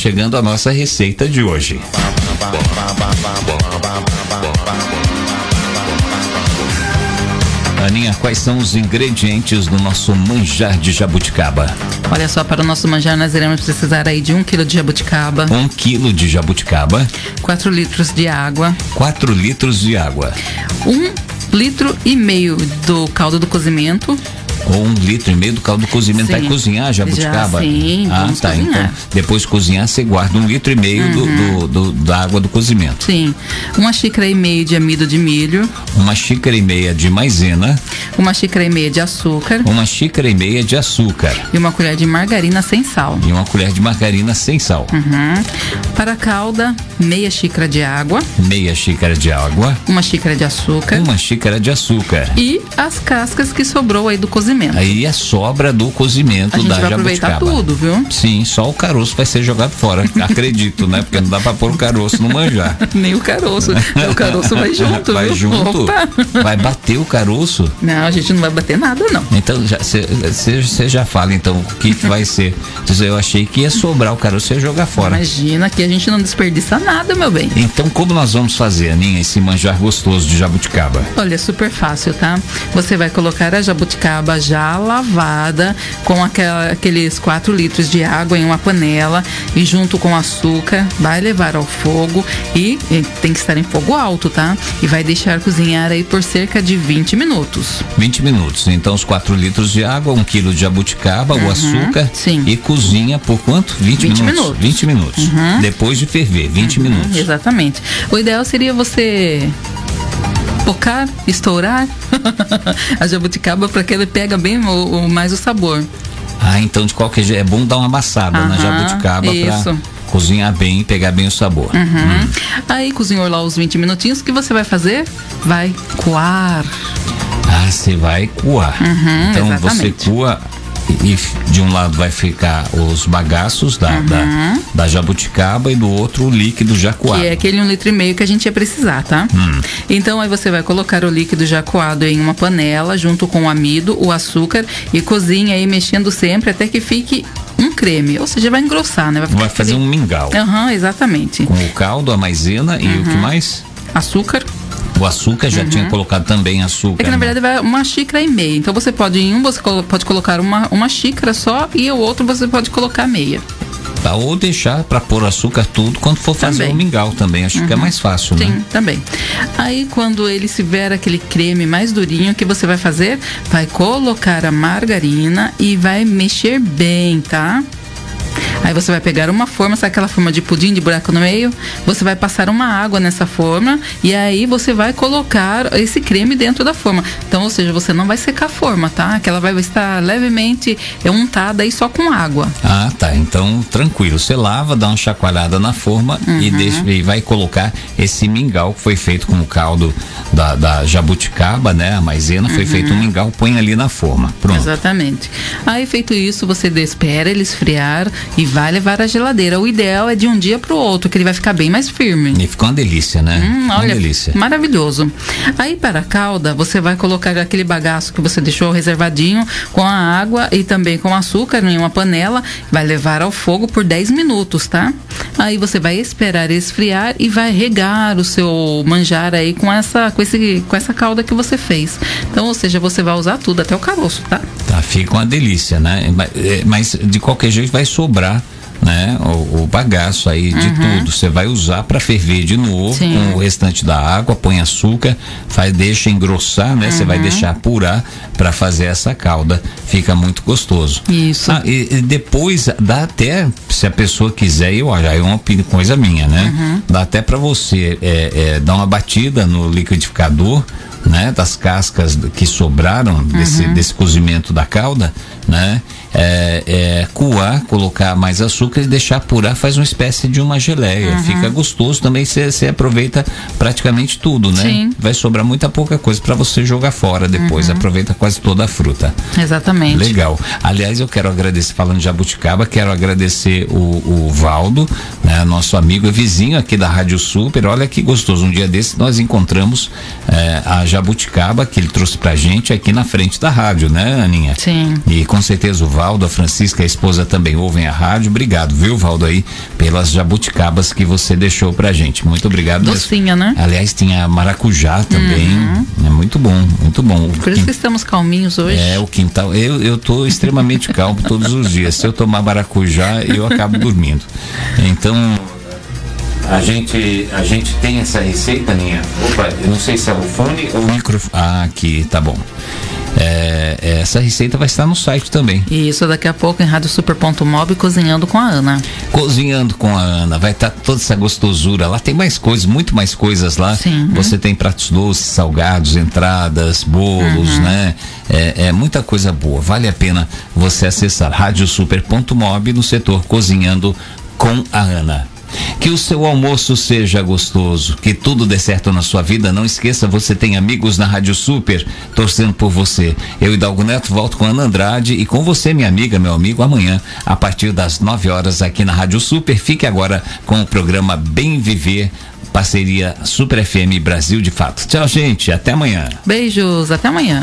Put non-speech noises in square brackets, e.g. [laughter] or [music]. chegando a nossa receita de hoje. Aninha, quais são os ingredientes do nosso manjar de jabuticaba? Olha só, para o nosso manjar nós iremos precisar aí de 1 um kg de jabuticaba, Um quilo de jabuticaba, 4 litros de água, quatro litros de água, 1 litro e meio do caldo do cozimento. ou um litro e meio do caldo cozimento. Vai Sim. cozinhar a jabuticaba? Já, sim, ah, vamos tá. cozinhar. Uhum. Então, depois de cozinhar, você guarda um litro e meio do- do, do- da água do cozimento. Sim, uma xícara e meia de amido de milho, Uma xícara e meia de maisena, uma xícara e meia de açúcar uma xícara e meia de açúcar e uma colher de margarina sem sal. e uma colher de margarina sem sal. Uhum. Para a calda, meia xícara de água, Meia xícara de água, uma xícara de açúcar uma xícara de açúcar. e as cascas que sobrou aí do cozimento. Aí a sobra do cozimento A gente da vai jabuticaba. aproveitar tudo, viu? Sim, só o caroço vai ser jogado [laughs] fora, acredito, né? Porque não dá pra pôr o caroço no manjar. Nem o caroço. o caroço [laughs] vai [laughs] junto, Vai viu? junto. Opa. [laughs] Vai bater o caroço. Não, a gente não vai bater nada, não. Então, você já fala, então, o que, que vai ser? Diz, Eu achei que ia sobrar o caroço, você ia jogar fora. Imagina que a gente não desperdiça nada, meu bem. Então, como nós vamos fazer, Aninha, esse manjar gostoso de jabuticaba? Olha, super fácil, tá? Você vai colocar a jabuticaba já lavada com aquela- aqueles 4 litros de água em uma panela e junto com açúcar, vai levar ao fogo e, e tem que estar em fogo alto, tá? E vai deixar cozinhar aí por cerca de 20 minutos. 20 minutos. Então, os 4 litros de água, 1 quilo de jabuticaba, o açúcar. Uhum. sim. E cozinha por quanto? 20, 20 minutos. minutos. Uhum. 20 minutos. Depois de ferver, 20 minutos. Exatamente. O ideal seria você pocar, estourar [laughs] a jabuticaba para que ela pega bem o, o- mais o sabor. Ah, então de qualquer jeito. É bom dar uma amassada na Aham, jabuticaba para isso. cozinhar bem e pegar bem o sabor. Uhum. Aí cozinhou lá os 20 minutinhos, o que você vai fazer? Vai coar. Ah, você vai coar. Uhum, então você exatamente. coa e f- de um lado vai ficar os bagaços da, da, da jabuticaba e do outro o líquido já coado. Uhum. Que é aquele um litro e meio que a gente ia precisar, tá? Hum. Então aí você vai colocar o líquido já coado em uma panela, junto com o amido, o açúcar e cozinha aí mexendo sempre até que fique um creme. Ou seja, vai engrossar, né? Vai fazer um mingau. Aham, exatamente. Com o caldo, a maisena e o Uhum. que mais? Açúcar. O açúcar já tinha colocado também açúcar. Uhum. É que na né? verdade vai uma xícara e meia. Então você pode, em um você colo- pode colocar uma, uma xícara só e o outro você pode colocar meia. Tá, Ou deixar pra pôr açúcar tudo quando for fazer o Também. Uhum. mingau também. Acho que é mais fácil, Sim, né? também. Aí quando ele se ver aquele creme mais durinho, o que você vai fazer? Vai colocar a margarina e vai mexer bem, tá? Aí você vai pegar uma forma, sabe aquela forma de pudim de buraco no meio? Você vai passar uma água nessa forma e aí você vai colocar esse creme dentro da forma. Então, ou seja, você não vai secar a forma, tá? Que ela vai estar levemente é, untada aí só com água. Ah, tá. Então, tranquilo. Você lava, dá uma chacoalhada na forma Uhum. e, deixa, e vai colocar esse mingau que foi feito com o caldo da, da jabuticaba, né? A maisena foi feito Uhum. um mingau, põe ali na forma. Pronto. Exatamente. Aí, feito isso, você espera ele esfriar e vai levar à geladeira. O ideal é de um dia para o outro, que ele vai ficar bem mais firme. E ficou uma delícia, né? Hum, uma olha, delícia. maravilhoso. Aí, para a calda, você vai colocar aquele bagaço que você deixou reservadinho com a água e também com açúcar em uma panela. Vai levar ao fogo por 10 minutos, tá? Aí, você vai esperar esfriar e vai regar o seu manjar aí com essa, com esse, com essa calda que você fez. Então, ou seja, você vai usar tudo, até o caroço, tá? Tá, fica uma delícia, né? Mas, eh, Mas de qualquer jeito vai sobrar, né? O, o bagaço aí de tudo. Você vai usar para ferver de novo Uhum. Sim. com o restante da água, põe açúcar, faz, deixa engrossar, né? Você Uhum. vai deixar apurar para fazer essa calda. Fica muito gostoso. Isso. Ah, e, e depois dá até, se a pessoa quiser, eu olha, é uma opini- coisa minha, né? Dá até para você eh, eh, dar uma batida no liquidificador, né? Das cascas do- que sobraram desse, desse cozimento da calda, né? É, é, coar, colocar mais açúcar e deixar apurar, faz uma espécie de uma geleia. Fica gostoso também, você aproveita praticamente tudo, né? Sim. Vai sobrar muita pouca coisa para você jogar fora depois. Aproveita quase toda a fruta. Exatamente. Legal. Aliás, eu quero agradecer, falando de Jabuticaba, quero agradecer o, o Valdo, né, nosso amigo e vizinho aqui da Rádio Super. Olha que gostoso. Um dia desse nós encontramos eh, a jabuticaba que ele trouxe pra gente aqui na frente da rádio, né, Aninha? Sim. E com certeza o Valdo, a Francisca, a esposa também ouvem a rádio. Obrigado, viu, Valdo, aí, pelas jabuticabas que você deixou pra gente. Muito obrigado. Docinha, né? Uhum. Aliás, tinha maracujá também. É muito bom, muito bom. Por isso que estamos calminhos hoje. É, o quintal. Eu, eu tô extremamente calmo todos os dias. Se eu tomar maracujá, eu acabo dormindo. Então. A gente, a gente tem essa receita, Aninha? Opa, eu não sei se é o fone ou o microfone. Ah, aqui, tá bom. É, essa receita vai estar no site também. E isso daqui a pouco em Rádio Super.mob cozinhando com a Ana. Cozinhando com a Ana, vai estar toda essa gostosura lá. Tem mais coisas, muito mais coisas lá. Sim. Você tem pratos doces, salgados, entradas, bolos, né? É, é muita coisa boa. Vale a pena você acessar radiosuper.mob no setor Cozinhando com a Ana. Que o seu almoço seja gostoso, que tudo dê certo na sua vida. Não esqueça, você tem amigos na Rádio Super torcendo por você. Eu, Hidalgo Neto, volto com Ana Andrade e com você, minha amiga, meu amigo, amanhã, a partir das 9 horas aqui na Rádio Super. Fique agora com o programa Bem Viver, parceria Super FM Brasil de Fato. Tchau, gente. Até amanhã. Beijos, até amanhã.